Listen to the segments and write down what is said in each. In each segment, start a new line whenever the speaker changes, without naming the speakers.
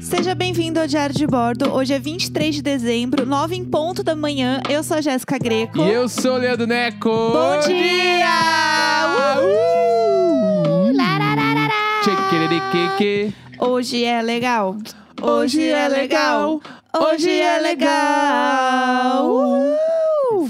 Seja bem-vindo ao Diário de Bordo. Hoje é 23 de dezembro, 9 em ponto da manhã. Eu sou a Jéssica Greco.
E eu sou o Leandro Neco.
Bom dia!
Uhul! Tchiquiririquiqui.
Hoje é legal. Hoje é legal. Hoje é legal. Uhul!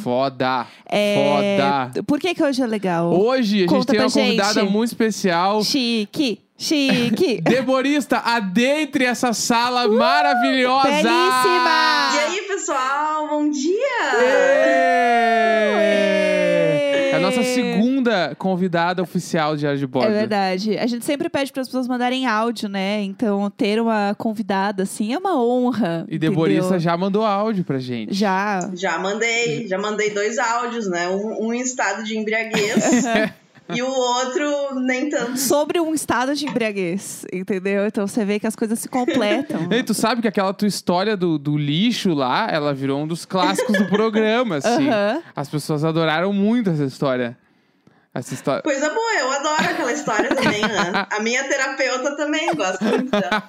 Foda.
É,
Foda.
Por que, que hoje é legal?
Hoje a gente
Conta
tem
pra
uma convidada
gente.
muito especial.
Chique, chique.
Deborista, adentre essa sala maravilhosa!
Belíssima!
E aí, pessoal, bom dia!
É a nossa segunda convidada oficial de Diário de Bordo.
É verdade. A gente sempre pede para as pessoas mandarem áudio, né? Então, ter uma convidada assim é uma honra.
E
entendeu?
Deborista já mandou áudio pra gente.
Já.
Já mandei, já mandei dois áudios, né? Um, um em estado de embriaguez e o outro nem tanto.
Sobre um estado de embriaguez, entendeu? Então você vê que as coisas se completam.
E tu sabe que aquela tua história do, do lixo lá, ela virou um dos clássicos do programa, assim.
Aham.
As pessoas adoraram muito essa história. Essa história.
Coisa boa, eu adoro aquela história também, né? A minha terapeuta também gosta muito dela.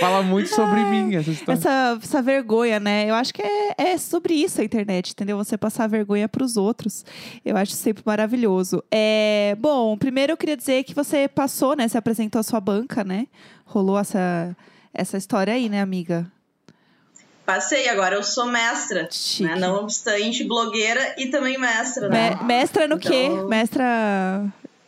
Fala muito sobre mim essa história.
Essa, essa vergonha, né? Eu acho que é, é sobre isso a internet, entendeu? Você passar vergonha pros outros. Eu acho sempre maravilhoso. É, bom, primeiro eu queria dizer que você passou, né? Você apresentou a sua banca, né? Rolou essa, essa história aí, né, amiga?
Passei, agora eu sou mestra.
Chique.
Né? Não obstante, blogueira e também mestra, né?
Me- mestra no quê?
Então-
Mestra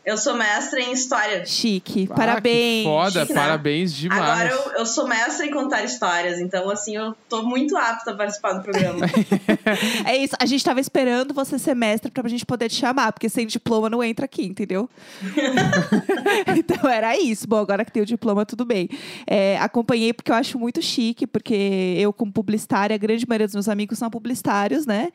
Eu sou mestra em história.
chique.
Ah,
Parabéns.
Que foda,
Chique, né?
parabéns demais.
Agora eu, eu sou mestra em contar histórias, então assim, eu tô muito apta a participar do programa.
É isso. A gente tava esperando você ser mestra pra gente poder te chamar, porque sem diploma não entra aqui, entendeu? então era isso. Bom, agora que tem o diploma, tudo bem. É, acompanhei porque eu acho muito chique, porque eu, como publicitária, a grande maioria dos meus amigos são publicitários, né?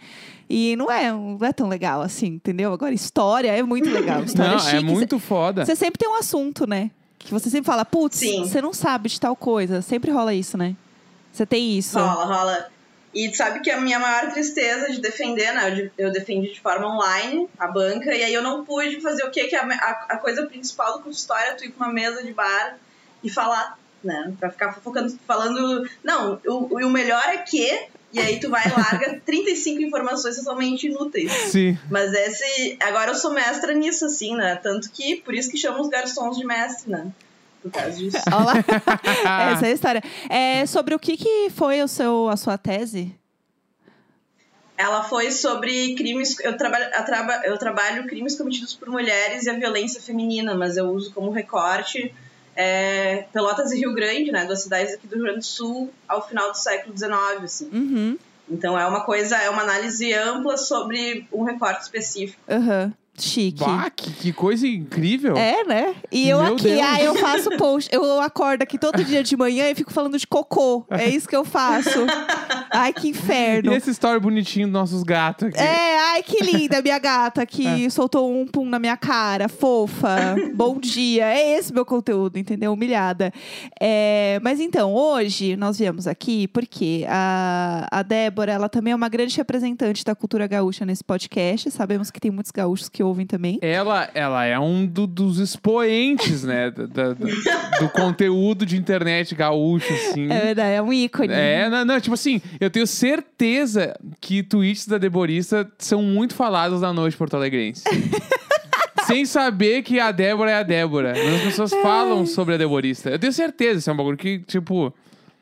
E não é, um- não é tão legal assim, entendeu? Agora, história é muito legal. História
Não,
chique.
é muito foda.
Você sempre tem um assunto, né? Que você sempre fala, putz,
Sim.
você não sabe de tal coisa. Sempre rola isso, né? Você tem isso.
Rola, rola. E tu sabe que a minha maior tristeza de defender, né? Eu, de- eu defendi de forma online a banca, e aí eu não pude fazer o quê? Que a, a- a coisa principal do curso de história é tu ir pra uma mesa de bar e falar, né? Pra ficar fofocando, falando. Não, o, o melhor é que. E aí tu vai e larga 35 informações totalmente inúteis.
Sim.
Mas esse. Agora eu sou mestra nisso, assim, né? Tanto que por isso que chamam os garçons de mestre, né? Por causa disso.
Olha lá.
Ah.
Essa é a história. É, sobre o que, que foi o seu, a sua tese?
Ela foi sobre crimes. Eu trabalho, eu, traba- eu trabalho crimes cometidos por mulheres e a violência feminina, mas eu uso como recorte é, Pelotas e Rio Grande, né? Duas cidades aqui do Rio Grande do Sul, ao final do século XIX, assim.
Uhum.
Então é uma coisa, é uma análise ampla sobre um recorte específico.
Aham. é Chique.
Bah, que, que coisa incrível.
É, né? E eu
Meu
aqui,
Deus.
ah, eu faço post. Eu acordo aqui todo dia de manhã e fico falando de cocô. É isso que eu faço. Ai, que
E
inferno.
essa história bonitinha dos nossos gatos aqui.
É, ai, que linda, minha gata que
É.
soltou um pum na minha cara, fofa, bom dia. É esse meu conteúdo, entendeu? Humilhada. É, mas então, hoje nós viemos aqui porque a, a Débora, ela também é uma grande representante da cultura gaúcha nesse podcast. Sabemos que tem muitos gaúchos que ouvem também.
Ela, ela é um do- dos expoentes, né? da- da- da- do conteúdo de internet gaúcho, assim.
É verdade, é um ícone.
É, não, não, tipo assim, eu tenho certeza que tweets da Deborista são muito falados na noite porto alegrense. Sem saber que a Débora é a Débora. As pessoas
É.
falam sobre a Deborista. Eu tenho certeza, isso é um bagulho que, tipo,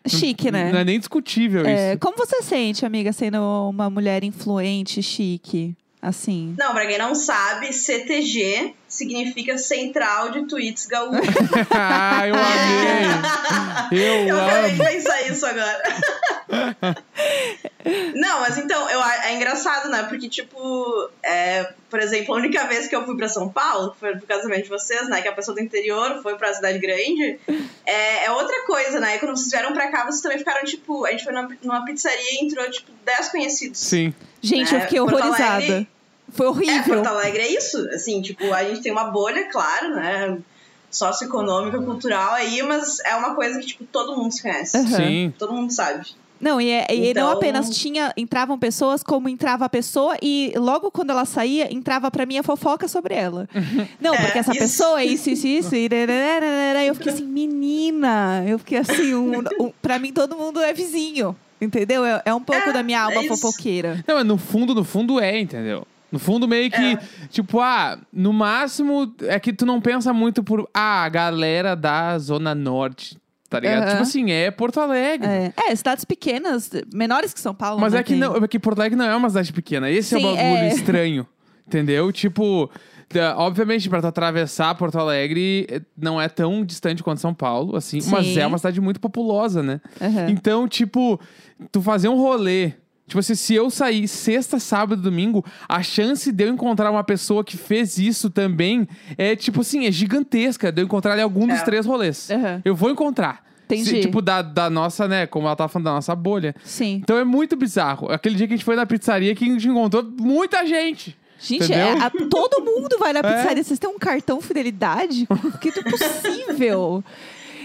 Chique, né?
não é nem discutível
É,
isso.
como você sente, amiga, sendo uma mulher influente, chique, assim?
Não, pra quem não sabe, CTG significa Central de Tweets Gaúchos.
ah, eu amei! Eu,
Eu acabei de
amo!
pensar isso agora. Não, mas então, eu, a- é engraçado, né? Porque, tipo, é, por exemplo, a única vez que eu fui pra São Paulo, que foi por casamento de vocês, né? Que a pessoa do interior foi pra cidade grande, é, é outra coisa, né? E quando vocês vieram pra cá, vocês também ficaram, tipo, a gente foi numa, numa pizzaria e entrou, tipo, 10 conhecidos.
Sim.
Gente, eu
É,
fiquei
Porto
horrorizada.
Alegre-
Foi
É,
horrível.
Porto Alegre é isso. Assim, tipo, a gente tem uma bolha, claro, né? é Socioeconômica, cultural aí, mas é uma coisa que, tipo, todo mundo se conhece.
Aham.
Sim.
Todo mundo sabe.
Não, e, é- e
Então-
não apenas tinha, entravam pessoas, como entrava a pessoa, e logo quando ela saía, entrava pra mim a fofoca sobre ela. Não,
É,
porque essa
isso.
pessoa, é isso, isso, isso, e rarararara, eu fiquei assim, menina. Eu fiquei assim, um, um, pra mim todo mundo é vizinho. Entendeu? É, é um pouco
É,
da minha alma
é isso.
fofoqueira.
Não, mas no fundo, no fundo é, entendeu? No fundo, meio que,
É.
tipo, ah, no máximo é que tu não pensa muito por, ah, a galera da Zona Norte, tá ligado?
Aham.
Tipo assim, é Porto Alegre.
É, é, cidades pequenas, menores que São Paulo.
Mas
né,
é que,
tem.
não, é que Porto Alegre não é uma cidade pequena. Esse é o
Sim,
bagulho
é.
estranho. Entendeu? Tipo, tá, obviamente, pra tu atravessar Porto Alegre eh, não é tão distante quanto São Paulo, assim, mas
Sim.
é uma cidade muito populosa, né?
Aham.
Então, tipo, tu fazer um rolê. Tipo assim, se eu sair sexta, sábado, domingo, a chance de eu encontrar uma pessoa que fez isso também é, tipo assim, é gigantesca de eu encontrar em algum dos
É.
três rolês.
Aham.
Eu vou encontrar. Se,
Entendi.
tipo, da, da nossa, né? Como ela tava falando, da nossa bolha.
Sim.
Então é muito bizarro. Aquele dia que a gente foi na pizzaria que a gente encontrou muita gente.
Gente,
Entendeu?
é- a- todo mundo vai na
É.
pizzaria. Vocês têm um cartão fidelidade? Que do possível.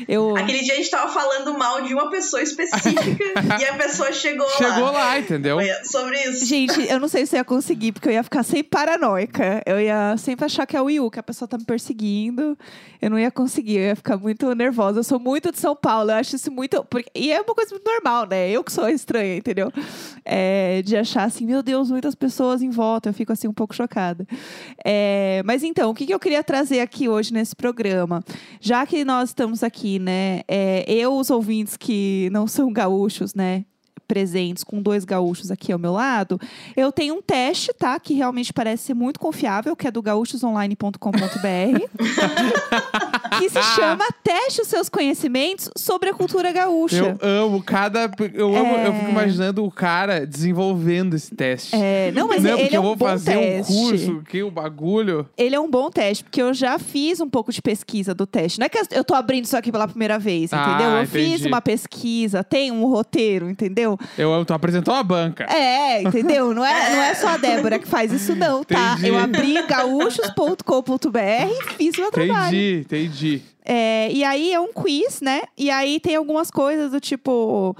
Eu.
Aquele dia a gente tava falando mal de uma pessoa específica e a pessoa chegou,
Chegou
lá.
lá, entendeu?
Foi sobre isso.
Gente, eu não sei se eu ia conseguir, porque eu ia ficar sempre paranoica. Eu ia sempre achar que é o Yu, que a pessoa tá me perseguindo. Eu não ia conseguir, eu ia ficar muito nervosa. Eu sou muito de São Paulo, eu acho isso muito. porque- E é uma coisa muito normal, né? Eu que sou estranha, entendeu? É, de achar assim, meu Deus, muitas pessoas em volta. Eu fico assim um pouco chocada. É, mas então, o que, que eu queria trazer aqui hoje nesse programa? Já que nós estamos aqui, né? é, eu, os ouvintes que não são gaúchos, né? Presentes com dois gaúchos aqui ao meu lado, eu tenho um teste, tá? Que realmente parece ser muito confiável, que é do gaúchosonline.com.br, que se
Ah.
chama Teste os seus conhecimentos sobre a cultura gaúcha.
Eu amo cada. Eu amo,
É.
eu fico imaginando o cara desenvolvendo esse teste.
É, não, mas
não,
ele
Né, porque
é
eu
um
vou
bom
fazer
teste.
um curso, que o bagulho.
Ele é um bom teste, porque eu já fiz um pouco de pesquisa do teste. Não é que eu tô abrindo isso aqui pela primeira vez,
Ah,
entendeu? Eu fiz
entendi.
uma pesquisa, tem um roteiro, entendeu?
Eu amo, tu apresentou a banca.
É, entendeu? Não é, não é só a Débora que faz isso, não, tá?
Entendi.
Eu abri gaúchos.com.br e fiz o meu trabalho.
entendi, entendi.
É, e aí é um quiz, né? E aí tem algumas coisas do tipo.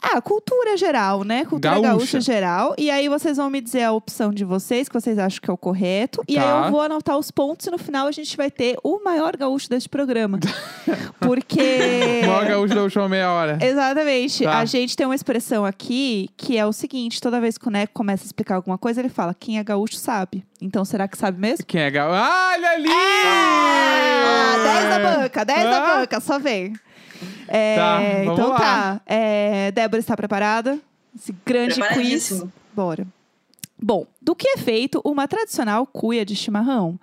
Ah, cultura geral, né? Cultura gaúcha.
Gaúcha.
geral. E aí vocês vão me dizer a opção de vocês, que vocês acham que é o correto. E aí
Tá.
eu vou anotar os pontos e no final a gente vai ter o maior gaúcho deste programa. Porque.
Mó gaúcho da última meia hora.
É. Exatamente.
Tá.
A gente tem uma expressão aqui que é o seguinte: toda vez que o Neco começa a explicar alguma coisa, ele fala: quem é gaúcho sabe. Então será que sabe mesmo?
Quem é gaúcho? Ah, olha ali!
Ah, 10 da banca, 10 da
Ah.
banca, só vem. É,
Tá, vamos
então
lá.
tá. É, Débora está preparada? Esse grande quiz.
Preparadíssimo.
Bora. Bom, do que é feito uma tradicional cuia de chimarrão?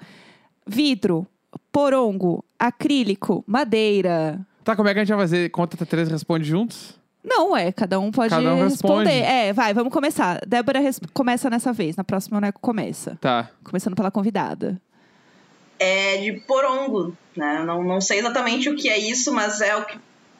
Vidro, porongo, acrílico, madeira.
Tá, como é que a gente vai fazer? Conta até três e responde juntos?
Não, é, cada um pode
Cada um responde.
responder. É, vai, vamos começar. Débora res- começa nessa vez, na próxima o Neco começa.
Tá.
Começando pela convidada.
É de porongo, né? Não, não sei exatamente o que é isso, mas é o que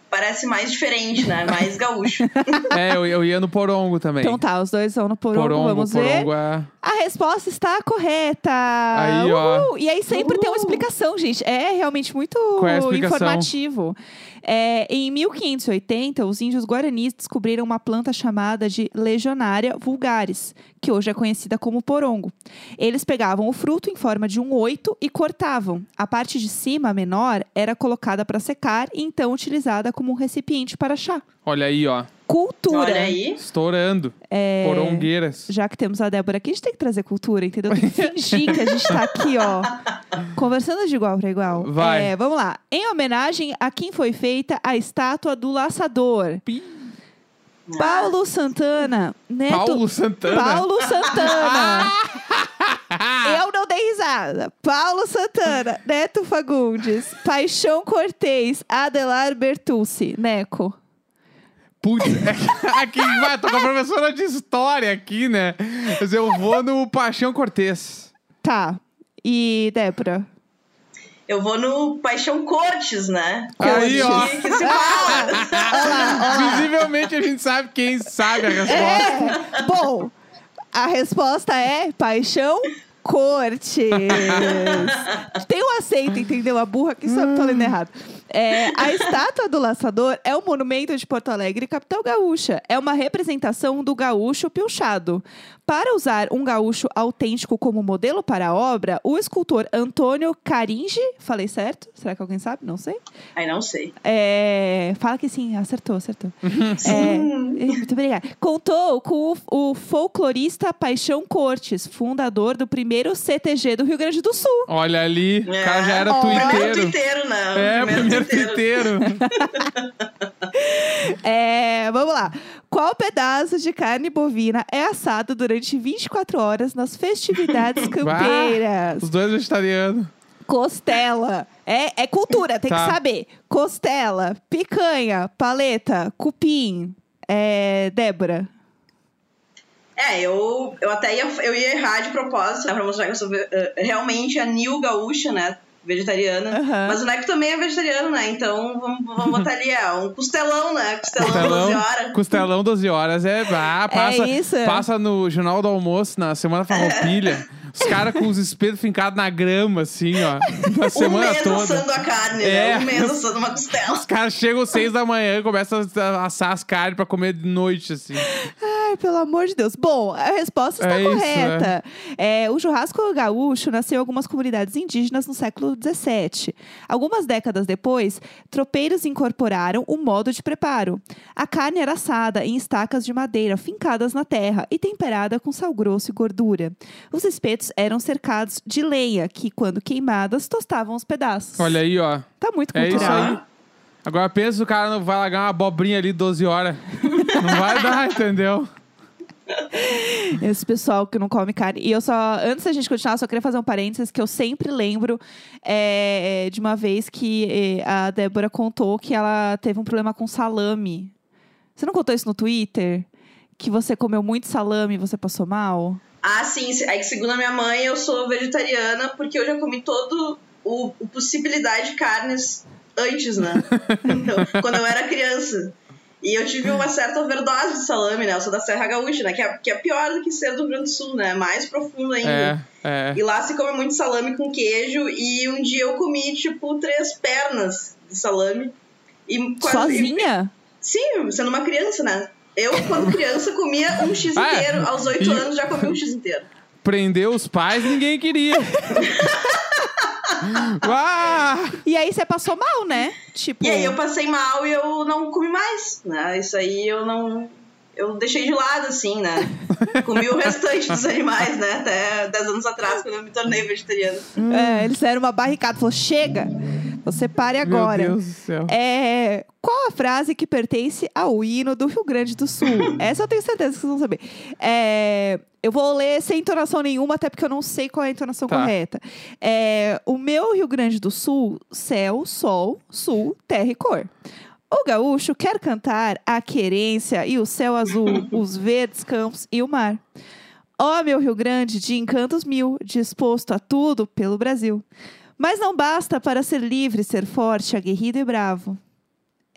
parece mais diferente, né? Mais gaúcho.
É, eu, eu ia no porongo também.
Então tá, os dois vão no porongo,
porongo,
vamos ver.
porongo é...
A resposta está correta.
Aí, ó.
Uhul! E aí sempre tem uma
Uhul!
explicação, gente. É realmente muito
Qual é a explicação?
informativo. É, em 1580, os índios guaranis descobriram uma planta chamada de Legionária vulgaris, que hoje é conhecida como porongo. Eles pegavam o fruto em forma de um oito e cortavam. A parte de cima, a menor, era colocada para secar e então utilizada como um recipiente para chá.
Olha aí, ó.
Cultura.
Então,
É,
Olha aí.
Estourando. Porongueiras.
já que temos a Débora aqui, a gente tem que trazer cultura, entendeu? Tem que fingir que a gente tá aqui, ó, conversando de igual para igual.
Vai.
É, vamos lá. Em homenagem a quem foi feita a estátua do laçador.
Pi-
Paulo Santana, neto.
Paulo Santana.
Paulo Santana. Eu não dei risada. Paulo Santana, Neto Fagundes, Paixão Cortez, Adelar Bertucci, Neco.
Putz, é- aqui, vai, tô com a professora de história aqui, né? Mas eu vou no Paixão Cortês.
Tá. E Débora?
Eu vou no Paixão Cortes, né?
Aí, ó.
Que se fala.
Visivelmente a gente sabe quem sabe a resposta.
É. Bom, a resposta é paixão cortes. Tem um aceito, entendeu? A burra que sabe que tô lendo errado. É, a estátua do laçador é um monumento de Porto Alegre, capital gaúcha. É uma representação do gaúcho pilchado. Para usar um gaúcho autêntico como modelo para a obra, o escultor Antônio Caringe, falei certo? Será que alguém sabe? Não sei.
Aí não sei.
É, fala que sim, acertou, acertou.
Uhum.
É, muito obrigada. Contou com o, o folclorista Paixão Cortes, fundador do primeiro CTG do Rio Grande do Sul.
Olha ali, o cara já era
Ó.
É. Primeiro
twitteiro.
tuiteiro, não.
É, primeiro
tuiteiro.
twitteiro.
É, vamos lá. Qual pedaço de carne bovina é assado durante 24 horas nas festividades campeiras?
Os dois vegetarianos.
Costela. É, é cultura, tem
Tá.
que saber. Costela, picanha, paleta, cupim. É, Débora.
É, eu, eu até ia, eu ia errar de propósito, né, pra mostrar que eu sou ve- eh, realmente a Nil Gaúcha, né? Vegetariana.
Aham.
Mas o Neco também é vegetariano, né? Então vamos, vamos botar ali, é, um costelão, né? Costelão,
Costelão,
12 horas.
costelão 12 horas. É, ah, passa,
isso.
passa no Jornal do Almoço, na Semana Farroupilha. os caras com os espetos fincados na grama, assim, ó. Na
Um
semana
mês
toda.
assando a carne,
É.
né? Um mês assando uma costela.
Os caras chegam às 6 da manhã e começam a assar as carnes pra comer de noite, assim.
Ai, pelo amor de Deus. Bom, a resposta está
É isso,
correta. É, o churrasco gaúcho nasceu em algumas comunidades indígenas no século XVII. Algumas décadas depois, tropeiros incorporaram o modo de preparo. A carne era assada em estacas de madeira fincadas na terra e temperada com sal grosso e gordura. Os espetos eram cercados de lenha, que, quando queimadas, tostavam os pedaços.
Olha aí, ó.
Tá muito
É isso
cultural.
aí. Agora pensa se o cara não vai largar uma abobrinha ali 12 horas. Não vai dar, entendeu?
Esse pessoal que não come carne. E eu só, antes da gente continuar, eu só queria fazer um parênteses que eu sempre lembro é, de uma vez que é, a Débora contou que ela teve um problema com salame. Você não contou isso no Twitter? Que você comeu muito salame e você passou mal?
Ah, sim. se- É que segundo a minha mãe, eu sou vegetariana porque eu já comi todo o, o possibilidade de carnes antes, né? Então, quando eu era criança. E eu tive uma certa overdose de salame, né? Eu sou da Serra Gaúcha, né? Que é, que é pior do que ser do Rio Grande do Sul, né? É Mais profundo ainda.
É, é.
E lá se come muito salame com queijo. E um dia eu comi, tipo, três pernas de salame. E quase-
Sozinha?
Sim, sendo uma criança, né? Eu, quando criança, comia um X
Ah, é.
inteiro. Aos oito
E-
anos já comi um X inteiro.
Prendeu os pais, ninguém queria. Ah!
E aí você passou mal, né? Tipo.
E aí eu passei mal e eu não comi mais, né? Isso aí eu não. Eu deixei de lado, assim, né? Comi o restante dos animais, né? Até 10 anos atrás, quando eu me tornei vegetariana.
é, eles fizeram uma barricada. Falou: chega! Você pare agora.
Meu Deus do céu.
É, qual a frase que pertence ao hino do Rio Grande do Sul? Essa eu tenho certeza que vocês vão saber. É, eu vou ler sem entonação nenhuma, até porque eu não sei qual é a entonação
Tá.
correta. É, o meu Rio Grande do Sul, céu, sol, sul, terra e cor. O gaúcho quer cantar a querência e o céu azul, os verdes campos e o mar. Ó meu Rio Grande de encantos mil, disposto a tudo pelo Brasil. Mas não basta para ser livre, ser forte, aguerrido e bravo.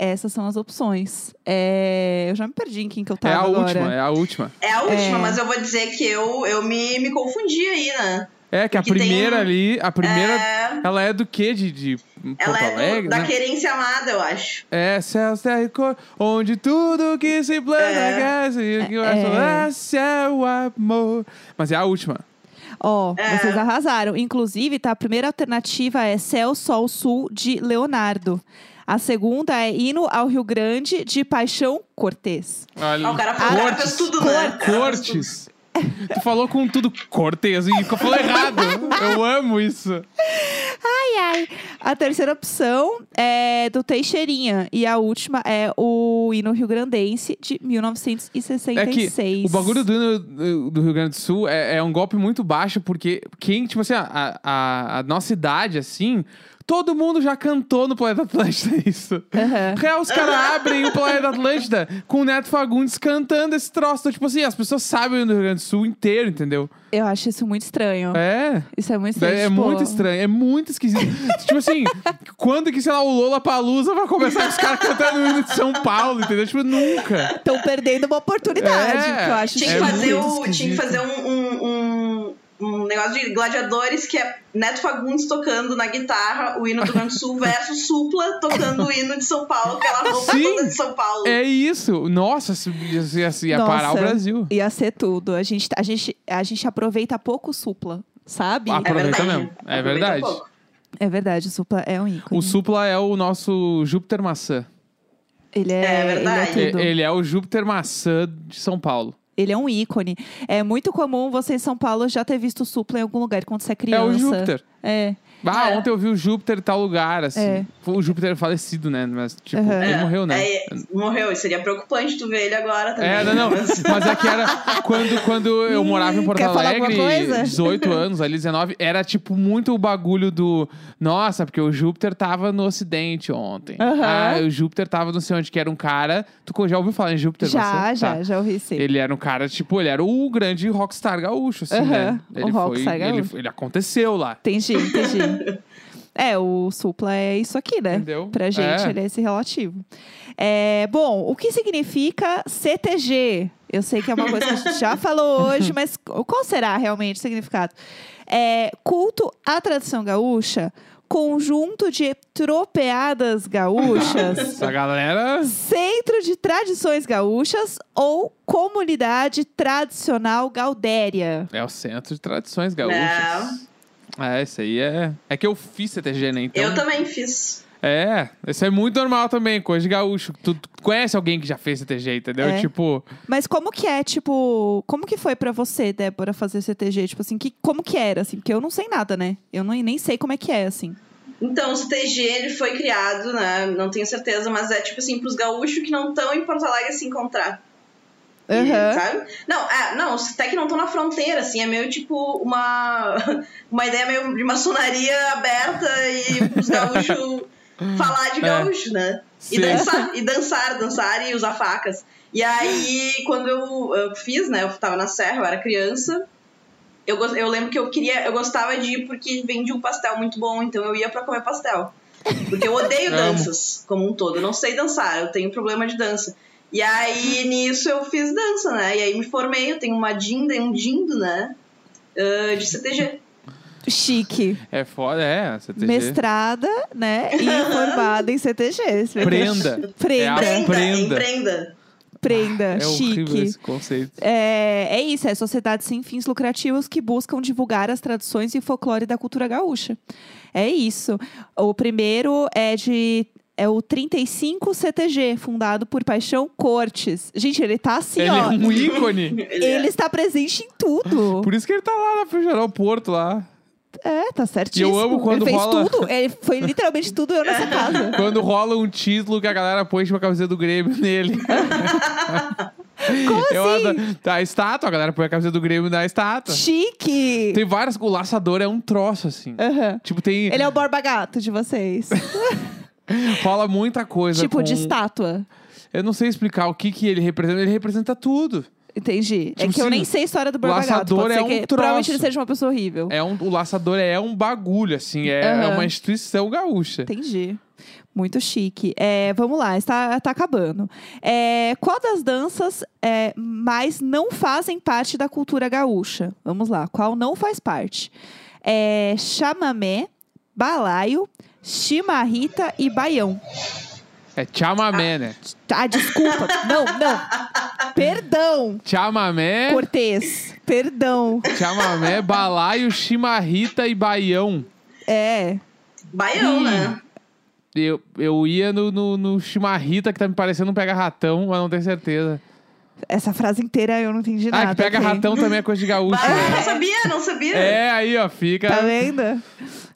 Essas são as opções. É, Eu já me perdi em quem que eu
É
tava
a
agora.
última, é a última.
É a última,
É.
mas eu vou dizer que eu, eu me, me confundi aí, né?
É que a
Que tem- um-
primeira ali, a primeira,
É,
ela é do quê? De, de
ela
Porto
é do-
Alegre,
da
né?
querência amada, eu acho.
É, céu, terra e cor, onde tudo que se planta
É.
cresce. e o que vai
É.
é. Esse é o amor. Mas é a última.
Ó,
É.
vocês arrasaram. Inclusive, tá? A primeira alternativa é Céu, Sol, Sul, de Leonardo. A segunda é Hino ao Rio Grande, de Paixão Cortez.
Olha,
Ah, o cara, o cara
Cortes.
fez tudo, né? O cara fez tudo.
Cortes. Tu falou com tudo cortes e eu falei errado. Eu amo isso.
Ai, ai. A terceira opção é do Teixeirinha. E a última é o Hino Rio Grandense, de 1966.
É que É o bagulho do hino do Rio Grande do Sul é, é um golpe muito baixo, porque quem, tipo assim, a, a, a nossa idade, assim, todo mundo já cantou no Planeta Atlântida é isso.
Aham.
Real, os caras abrem o Planeta Atlântida com o Neto Fagundes cantando esse troço. Então, tipo assim, as pessoas sabem do Rio Grande do Sul inteiro, entendeu?
Eu acho isso muito estranho.
É.
Isso é muito
Daí
estranho.
é
tipo,
muito estranho, é muito esquisito. tipo assim, quando que, sei lá, o Lola Palusa vai começar com os caras cantando o hino de São Paulo, entendeu? Tipo, nunca.
Estão perdendo uma oportunidade,
É.
que eu acho
Tinha que
É
isso
fazer, um-
muito
o, tinha que
esquisito.
fazer um, um, um- um negócio de gladiadores que é Neto Fagundes tocando na guitarra o hino do Rio Grande do Sul versus Supla tocando o hino de São Paulo, aquela roupa
Sim.
toda de São Paulo.
É isso. Nossa, se- se- se ia
Nossa.
parar o Brasil.
Ia ser tudo. A gente, a gente, a gente aproveita pouco o supla, sabe?
Ah,
É
Aproveita
verdade.
mesmo. É
Aproveita
verdade.
um pouco.
É verdade, o supla é um ícone.
O Supla é o nosso Júpiter maçã.
Ele é,
É verdade.
Ele é,
É,
tudo.
ele é o Júpiter maçã de São Paulo.
Ele é um ícone. É muito comum você em São Paulo já ter visto o supla em algum lugar quando você é
É
criança.
o Júpiter.
É.
Ah,
É.
ontem eu vi o Júpiter em tal lugar, assim.
É.
Foi o Júpiter falecido, né? Mas, tipo,
Aham.
ele
É,
morreu, né?
é, morreu, e seria preocupante tu ver ele agora também.
É, não, não.
Mas-
Mas é que era quando, quando eu morava em
Hum,
Porto
quer falar
Alegre,
alguma coisa?
18 anos, ali 19, era tipo muito o bagulho do. Nossa, porque o Júpiter tava no Ocidente ontem.
Aham.
Ah, o Júpiter tava não sei onde, que era um cara. Tu já ouviu falar em Júpiter?
Já,
você?
já,
Tá.
já ouvi sim.
Ele era um cara, tipo, ele era o grande rockstar gaúcho, assim,
Aham,
né?
o
Ele
rockstar
ele-
gaúcho.
ele aconteceu lá.
Entendi, entendi. é, o supla é isso aqui, né?
Entendeu?
Pra gente,
É.
ele é esse relativo. É, bom, o que significa CTG? Eu sei que é uma coisa que a gente já falou hoje, mas qual será realmente o significado? É, culto à tradição gaúcha, conjunto de tropeadas gaúchas.
Essa galera.
Centro de Tradições Gaúchas ou Comunidade Tradicional Gaudéria.
É o centro de tradições gaúchas. É, isso aí é. É que eu fiz CTG, né? Então.
Eu também fiz.
É, isso é muito normal também, coisa de gaúcho. Tu, tu conhece alguém que já fez CTG, entendeu?
É.
Tipo,
Mas como que é, tipo, como que foi pra você, Débora, fazer CTG? Tipo assim, que, como que era, assim? Porque eu não sei nada, né? Eu não, nem sei como é que é, assim.
Então, o CTG ele foi criado, né? Não tenho certeza, mas é tipo assim, pros gaúchos que não estão em Porto Alegre se encontrar. E,
Aham.
Sabe? Não, é, não, até que não estão na fronteira, assim, é meio tipo uma, uma ideia meio de maçonaria aberta e pros gaúchos falar de
É.
gaúcho, né? E
sim.
dançar, e dançar, dançar e usar facas. E aí, quando eu, eu fiz, né? Eu tava na serra, eu era criança. Eu, gos- eu lembro que eu queria, eu gostava de ir porque vendia um pastel muito bom, então eu ia pra comer pastel. Porque eu odeio
Amo.
danças como um todo, eu não sei dançar, eu tenho problema de dança. E aí nisso eu fiz dança, né? E aí me formei, eu tenho uma dinda e um dindo, né? Ah, de CTG.
Chique.
é foda, é, CTG.
Mestrada, né? E formada em CTG.
Prenda.
Prenda.
É a- Prenda.
empreenda.
Prenda.
É horrível
Chique.
esse conceito.
É, é isso, é sociedades sem fins lucrativos que buscam divulgar as tradições e folclore da cultura gaúcha. É isso. O primeiro é de. É o 35 CTG, fundado por Paixão Cortes. Gente, ele tá assim,
Ele é
ó.
um ícone.
Ele é-
Ele está presente em tudo.
Por isso que ele tá lá na Fujaral Porto lá.
É, tá certíssimo.
E eu amo quando
ele fez
rola-
tudo. Ele foi literalmente tudo eu nessa casa.
Quando rola um título que a galera põe tipo a camiseta do Grêmio nele.
Como
Eu
assim?
adoro- Tá, a estátua, a galera põe a camisa do Grêmio na estátua.
Chique!
Tem várias. O laçador é um troço, assim.
Aham.
Tipo, tem.
Ele é o Borba Gato de vocês.
Rola muita coisa.
tipo de
com-
estátua.
Eu não sei explicar o que, que ele representa. Ele representa tudo.
Entendi. é
Tipo
que eu
assim,
nem sei a história do Borba Gato.
laçador
Pode ser
é um
que
troço.
provavelmente ele seja uma pessoa horrível.
É um, o laçador é um bagulho, assim. É,
Aham.
é uma instituição gaúcha.
Entendi. Muito chique. É, vamos lá, está tá acabando. É, qual das danças é, mais não fazem parte da cultura gaúcha? Vamos lá, qual não faz parte? É, chamamé, balaio, chimarrita e baião.
É chamamé, né?
Ah, desculpa. não, não. Perdão,
Chamamé,
Cortês. Perdão.
chamamé, balaio, chimarrita e baião.
É.
Baião, né?
Eu, eu ia no, no, no chimarrita, que tá me parecendo um pega-ratão, mas não tenho certeza.
Essa frase inteira eu não entendi nada.
ah, que
ok.
pega-ratão também é coisa de gaúcho.
Bah,
né?
não sabia, não sabia.
É, aí, ó, fica...
Tá vendo?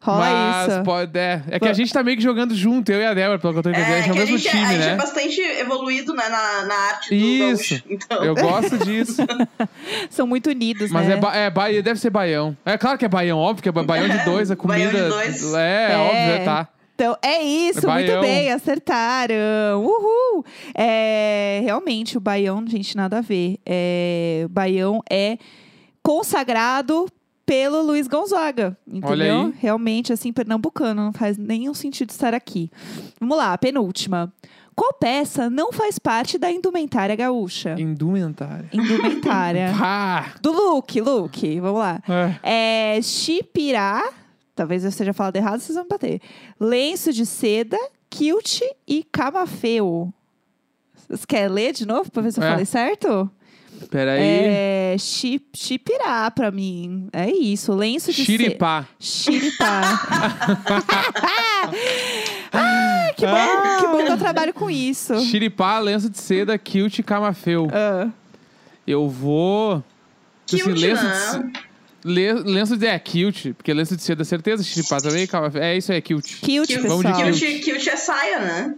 Rola
mas
isso.
pode... É, é que a gente tá meio que jogando junto, eu e a Débora, pelo que eu tô entendendo. a gente é o
que a
mesmo
gente, é- a
time,
gente é
né?
bastante evoluído né, na, na arte do
Isso.
gaúcho. Então,
Eu gosto disso.
São muito unidos,
Mas
né?
é, ba é Bahia, deve ser baião. É claro que é baião, óbvio que é ba- baião de dois, a comida.
Baião de dois.
É,
É.
óbvio, tá.
Então, é isso, muito
Baião.
bem, acertaram. Uhul! É, realmente, o Baião, gente, nada a ver. É, o Baião é consagrado pelo Luiz Gonzaga, entendeu?
Olha aí.
Realmente, assim, pernambucano, não faz nenhum sentido estar aqui. Vamos lá, penúltima. Qual peça não faz parte da indumentária gaúcha?
Indumentária.
Indumentária.
É. Pá!
Do look, look. Vamos lá.
É.
É, chipirá, talvez eu esteja falando errado, vocês vão me bater. Lenço de seda, quilt e camafeu. Vocês querem ler de novo pra ver se eu
É.
falei certo?
Peraí.
É, chi- chipirá pra mim. É isso, lenço de seda.
Chiripá.
Chiripá. ah, que bom, que bom que eu trabalho com isso.
Chiripá, lenço de seda, kilt e camafeu.
Ah,
Eu vou. Tipo
Kilt, né?
lenço
não.
de se- le- Lenço de. É, kilt. Porque lenço de seda, certeza. Chiripá também. Camafeu. É isso aí, kilt.
Quilt,
Quilt.
pessoal.
Vamos de quilt.
Kilt, kilt é saia, né?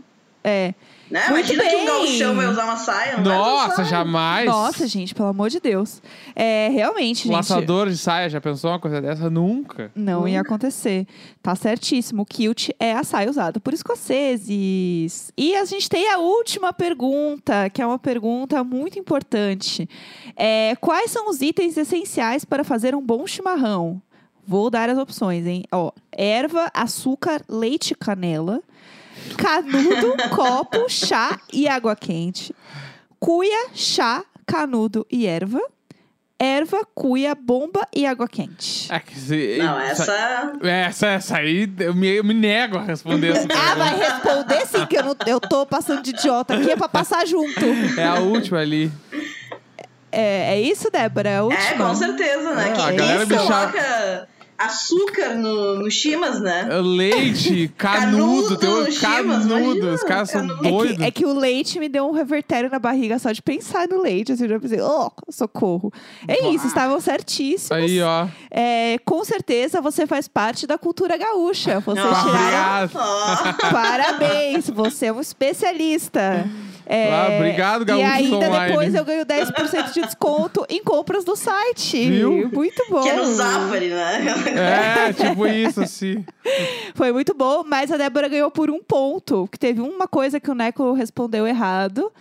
É.
né?
Muito
Imagina que um
bem.
gauchão vai usar uma saia. Não vai usar
Nossa,
saia.
jamais.
Nossa, gente, pelo amor de Deus. É, realmente, gente.
Laçador de saia, já pensou uma coisa dessa? Nunca.
Não ia acontecer. Tá certíssimo. O kilt é a saia usada por escoceses. E a gente tem a última pergunta, que é uma pergunta muito importante. É, quais são os itens essenciais para fazer um bom chimarrão? Vou dar as opções, hein? Ó, erva, açúcar, leite e canela, canudo, copo, chá e água quente. Cuia, chá, canudo e erva. Erva, cuia, bomba e água quente.
É que se-
Não,
essa-
essa.
Essa, essa aí, eu me, eu me nego a responder essa
Ah,
pergunta.
vai responder sim, que eu, não, eu tô passando de idiota aqui, é pra passar junto.
É a última ali.
É, é isso, Débora? É a última?
É, com certeza, né?
Ah, a
Quem
galera
que
bichar-
coloca açúcar no, no chimas, né?
É Leite, canudo,
Canudo,
tem um
Chivas,
canudo.
imagina,
Os caras são
canudo.
É que-
doidos.
É que, o leite me deu um revertério na barriga só de pensar no leite. Assim, eu já pensei, oh, socorro. É
Bah.
isso, estavam certíssimos.
Aí, ó.
É, com certeza você faz parte da cultura gaúcha. Você
Nossa.
tiraram.
Obrigado.
Ó,
Parabéns, você é um especialista. É,
Ah, obrigado,
E
Gaúcho
ainda
Online.
depois eu ganho 10% de desconto em compras do site.
Viu?
Muito bom.
que é no Zafari, né?
É, tipo isso, assim.
Foi muito bom, mas a Débora ganhou por um ponto. Que teve uma coisa que o Neco respondeu errado.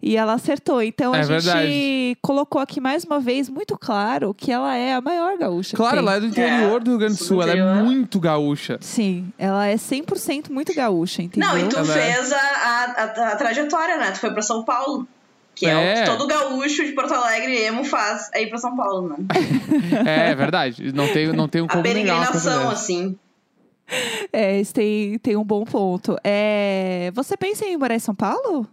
E ela acertou. Então a
É
gente
verdade.
colocou aqui mais uma vez muito claro que ela é a maior gaúcha. que
Claro,
tem.
ela é do interior do Rio Grande do Sul. Ela é
Interior.
muito gaúcha.
Sim, ela é 100% muito gaúcha, entendeu?
Não, então- e tu
Ela-
fez a, a- a- a trajetória, né? Tu foi pra São Paulo. Que é,
É.
o que todo gaúcho de Porto Alegre emo faz aí pra São Paulo, né?
um
É, é verdade. Não tem, não tem um
A
como negar uma coisa
peregrinação,
dessa.
assim.
É, isso tem, tem um bom ponto. É, você pensa em morar em São Paulo?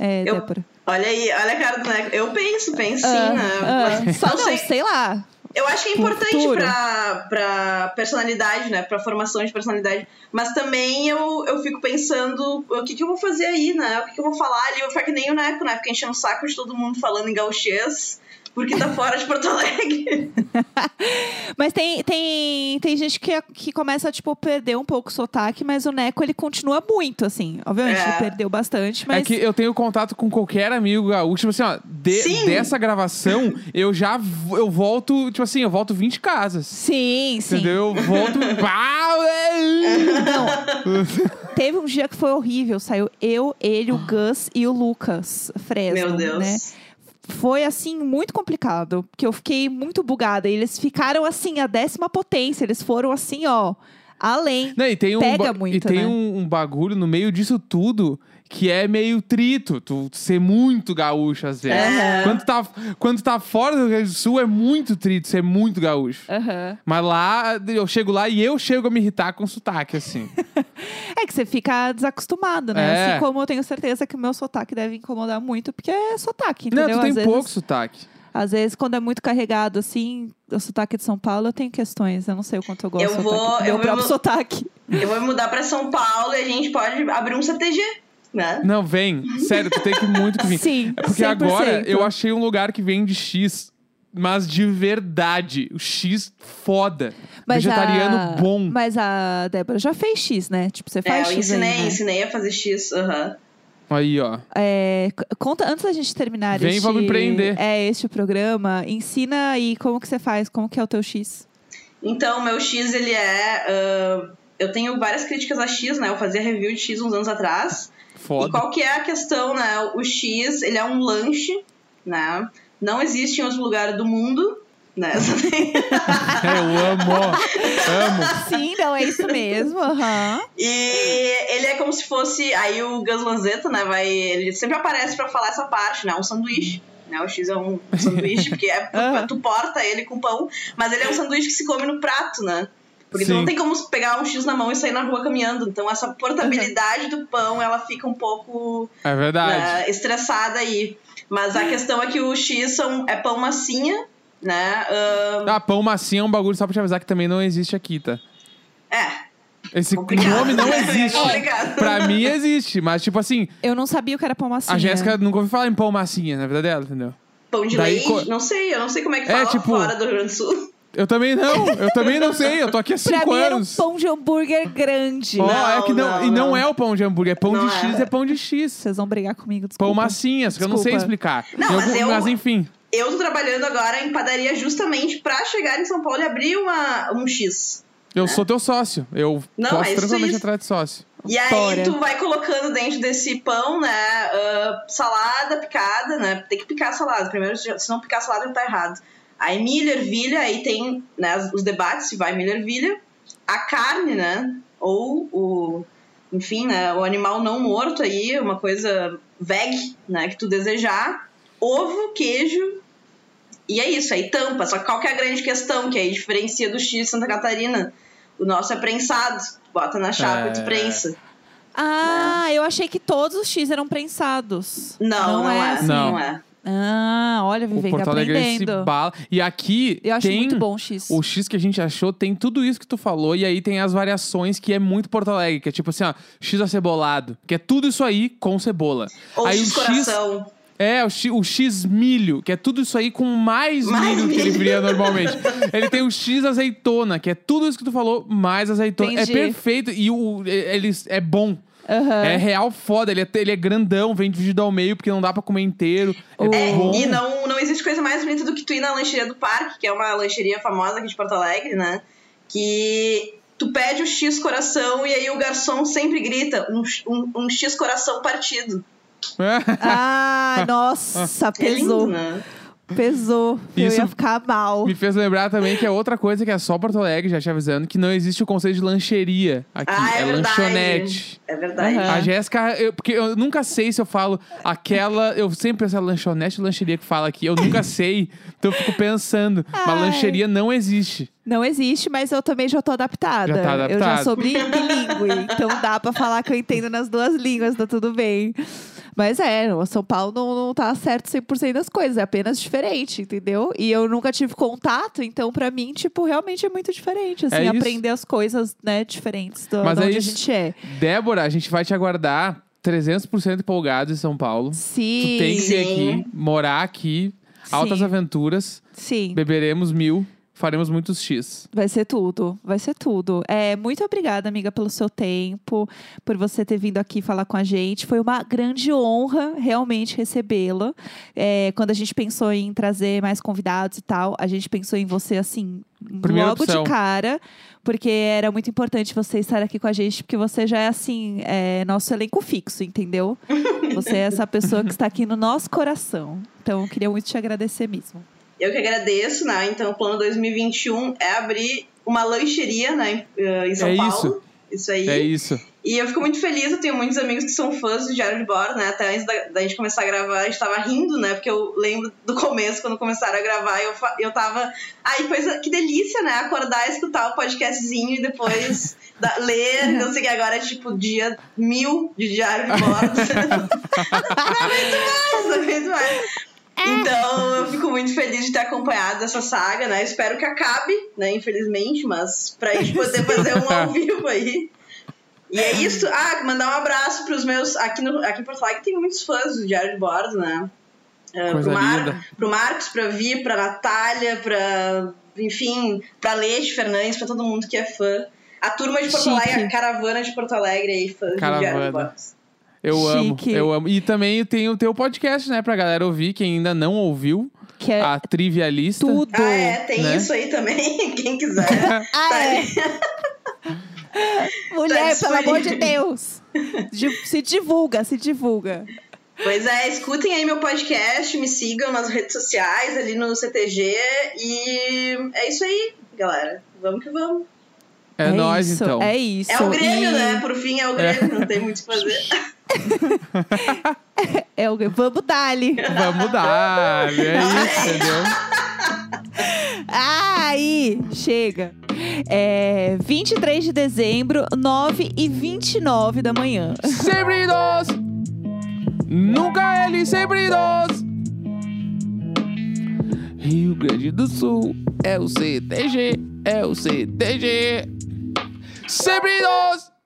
É,
Eu-
Débora?
Olha aí, olha a cara do Neco. Eu penso, penso
Ah,
sim, né?
ah,
Mas
só
não
não,
sei.
sei lá.
Eu acho que é
Pro
importante
futuro.
pra, pra personalidade, né? Pra formação de personalidade. Mas também eu, eu fico pensando o que, que eu vou fazer aí, né? O que, que eu vou falar ali? Eu vou ficar que nem o Neco, né? Fica enchendo o saco de todo mundo falando em gauchês. Porque tá fora de Porto Alegre.
Mas tem, tem, tem gente que, que começa, tipo, a perder um pouco o sotaque, mas o Neco, ele continua muito, assim. Obviamente,
É.
ele perdeu bastante, mas...
É que eu tenho contato com qualquer amigo gaúcho. Tipo assim, ó, de-
Sim.
dessa gravação, eu já v- eu volto, tipo assim, eu volto 20 casas.
Sim, sim.
Entendeu? Eu volto. Pá, é,
Teve um dia que foi horrível. Saiu eu, ele, o Gus e o Lucas Fresno,
Ah. Meu Deus.
né? Foi, assim, muito complicado. Porque eu fiquei muito bugada. E eles ficaram, assim, a décima potência. Eles foram, assim, ó, além.
Não, e tem um
Pega
ba- e
muito,
tem
né?
um, um bagulho no meio disso tudo que é meio trito, tu ser muito gaúcho às vezes.
Aham.
Quando, tá, quando tá fora do Rio Grande do Sul é muito trito, ser muito gaúcho.
Aham.
Mas lá, eu chego lá e eu chego a me irritar com sotaque, assim.
É que você fica desacostumado, né?
É.
Assim como eu tenho certeza que o meu sotaque deve incomodar muito, porque é sotaque, entendeu?
Não, tu tem
às, vezes,
pouco sotaque.
às vezes, quando é muito carregado, assim, o sotaque de São Paulo, eu tenho questões. Eu não sei o quanto eu gosto
Eu
do
vou-
sotaque. do
eu
meu
vou-
próprio sotaque.
Eu vou me mudar pra São Paulo e a gente pode abrir um CTG, né?
Não, vem. Sério, tu tem que muito que vir.
Sim,
É porque
100%.
agora eu achei um lugar que vende X, mas de verdade. O X foda.
Mas
Vegetariano
a...
bom.
Mas a Débora já fez X, né? Tipo, você
É,
faz
eu
X
ensinei,
aí, né?
ensinei a fazer X. aham.
Aí, ó.
É, c- conta, antes da gente terminar
Vem,
este...
vamos empreender.
É, este programa, ensina aí como que você faz, como que é o teu X.
Então, meu X, ele é. ah, eu tenho várias críticas a X, né? Eu fazia review de X uns anos atrás. E
Foda.
qual que é a questão, né? O X, ele é um lanche, né? Não existe em outro lugar do mundo, né? Só tem-
É, eu amo. ó. amo.
Sim, Então, é isso mesmo. aham.
E ele é como se fosse. Aí o Gus Lanzetta, né? Vai, ele sempre aparece pra falar essa parte, né? Um sanduíche. Né, o X é um sanduíche, porque é,
Aham.
tu porta ele com pão, mas ele é um sanduíche que se come no prato, né? Porque tu
Sim.
não tem como pegar um X na mão e sair na rua caminhando. Então essa portabilidade do pão, ela fica um pouco
É verdade.
né, estressada aí. Mas a questão é que o X são, é pão massinha, né? ahn,
Ah, pão macio é um bagulho só pra te avisar que também não existe aqui, tá?
é.
Esse
complicado,
nome não
né?
existe.
É complicado.
pra mim existe, mas tipo assim,
Eu não sabia o que era pão macio.
a Jéssica nunca ouviu falar em pão massinha na vida dela, entendeu?
Pão de
Daí
leite?
co-
Não sei, eu não sei como é que
É,
fala
tipo-
fora do Rio Grande do Sul.
Eu também não, eu também não sei, eu tô aqui há
Pra
cinco
mim era um
anos.
pão de hambúrguer grande.
Ó,
Não,
é que não,
não,
e não,
não.
é o pão de hambúrguer, é pão
Não
de
é.
X, é pão de X.
Vocês vão brigar comigo, desculpa.
Pão massinha, só que eu não sei
Desculpa.
explicar.
Não,
Em
mas eu-
mas enfim.
Eu tô trabalhando agora em padaria justamente pra chegar em São Paulo e abrir uma, um X.
Eu sou teu sócio. Eu
Não,
posso
é isso,
tranquilamente
isso.
atrás de sócio.
E aí
Vitória.
tu vai colocando dentro desse pão, né, ah, salada picada, né, tem que picar a salada. Primeiro, se não picar a salada, tá errado. Aí milho, ervilha, aí tem né, os debates se vai milho, ervilha. A carne, né, ou o... Enfim, né, o animal não morto aí, uma coisa veg, né, que tu desejar. Ovo, queijo... E é isso, aí tampa. Só que qual que é a grande questão que aí diferencia do X de Santa Catarina? O nosso é prensado. Tu bota na chapa e tu
É.
prensa.
Ah, eu achei que todos os X eram prensados.
Né? Não, não, é.
assim.
Não.
Não. é.
Ah, olha,
O
Vivei, tá
Porto Alegre se
aprendendo.
bala. E aqui
Eu acho
tem
muito bom o X.
o X que a gente achou, tem tudo isso que tu falou. E aí tem as variações que é muito Porto Alegre. Que é tipo assim, ó, X acebolado. Que é tudo isso aí com cebola.
Ou
aí
X
o X...
coração.
É, o X, o X milho, que é tudo isso aí com mais,
Mais
milho que ele
milho.
cria normalmente. ele tem o X azeitona, que é tudo isso que tu falou, mais azeitona.
Entendi.
É perfeito e o, ele é bom.
Aham.
É real foda, ele é, ele é grandão, vem dividido ao meio porque não dá pra comer inteiro. É
É,
É,
bom.
e não, não existe coisa mais bonita do que tu ir na lancheria do parque, que é uma lancheria famosa aqui de Porto Alegre, né? Que tu pede o X coração e aí o garçom sempre grita um, um, um X coração partido.
É.
Ah, nossa,
É lindo,
pesou.
né?
Pesou. Eu
Isso-
ia ficar mal.
Me fez lembrar também que é outra coisa que é só Porto Alegre, já te avisando, que não existe o conceito de lancheria aqui.
Ah, é
é
verdade.
lanchonete.
É verdade.
Aham.
A Jéssica, eu- porque eu nunca sei se eu falo aquela. Eu sempre penso, é lanchonete ou lancheria que fala aqui. Eu nunca sei. Então eu fico pensando. Mas
Ai.
lancheria não existe.
Não existe, mas eu também já tô adaptada.
Já tá
Eu já
adaptada.
sou bi- bilíngue, então dá pra falar que eu entendo nas duas línguas, tá tudo bem. Mas é, o São Paulo não, não tá certo 100% das coisas, é apenas diferente, entendeu? E eu nunca tive contato, então pra mim, tipo, realmente é muito diferente, assim,
É isso.
aprender as coisas, né, diferentes do,
Mas
da
é
onde
isso.
a gente é.
Débora, a gente vai te aguardar 300% empolgado em São Paulo.
Sim.
Tu tem que vir
Sim.
aqui, morar aqui,
Sim.
altas aventuras.
Sim.
Beberemos mil, faremos muitos X.
Vai ser tudo, vai ser tudo. É, muito obrigada, amiga, pelo seu tempo, por você ter vindo aqui falar com a gente. Foi uma grande honra realmente recebê-la. É, quando a gente pensou em trazer mais convidados e tal, a gente pensou em você assim,
Primeira
logo
opção.
de cara, porque era muito importante você estar aqui com a gente, porque você já é assim, é, nosso elenco fixo, entendeu? Você é essa pessoa que está aqui no nosso coração. Então, eu queria muito te agradecer mesmo.
Eu que agradeço, né? Então, o plano 2021 é abrir uma lancheria, né, em São
É
Paulo.
isso.
Isso aí.
É isso.
E eu fico muito feliz, eu tenho muitos amigos que são fãs do Diário de Bordo, né? Até antes da, da gente começar a gravar, a gente tava rindo, né? Porque eu lembro do começo, quando começaram a gravar, eu, fa- eu tava. Aí foi isso- que delícia, né? Acordar, escutar o podcastzinho e depois da- ler. Não sei o que agora é tipo dia mil de Diário de Bordo. não aguento mais, não aguento mais. Então, eu fico muito feliz de ter acompanhado essa saga, né? Espero que acabe, né? Infelizmente, mas pra gente poder fazer um ao vivo aí. E é isso. Ah, mandar um abraço pros meus. Aqui, no, aqui em Porto Alegre tem muitos fãs do Diário de Bordo, né? Ah,
Coisa
pro, Mar-
linda.
pro Marcos, pra Vi, pra Natália, pra. Enfim, pra Leite Fernandes, pra todo mundo que é fã. A turma de Porto
Chique.
Alegre, a caravana de Porto Alegre aí, fãs do Diário
Caravana.
de Bordo.
Eu
Chique.
amo, eu amo. E também tem o teu podcast, né, pra galera ouvir, quem ainda não ouviu,
Que é
a Trivialista.
tudo.
Ah, é, tem
né?
isso aí também, quem quiser.
Ah,
Tá
é. Mulher,
Tá
pelo amor de
disponível.
Deus. Di- se divulga, se divulga.
Pois é, escutem aí meu podcast, me sigam nas redes sociais, ali no CTG. E é isso aí, galera. Vamos que vamos.
É, nós
isso,
então.
É isso.
É o Grêmio,
E-
né? Por fim, é o Grêmio, não tem muito o que fazer.
É o Grêmio. Vamos dali.
Vamos dar. É isso,
Ai.
entendeu?
Aí, chega. É 23 de dezembro, 9 e 29 da manhã.
Sempre nós. Nunca ele, sempre nós. Rio Grande do Sul é o CTG, é o CTG. Sempre nós.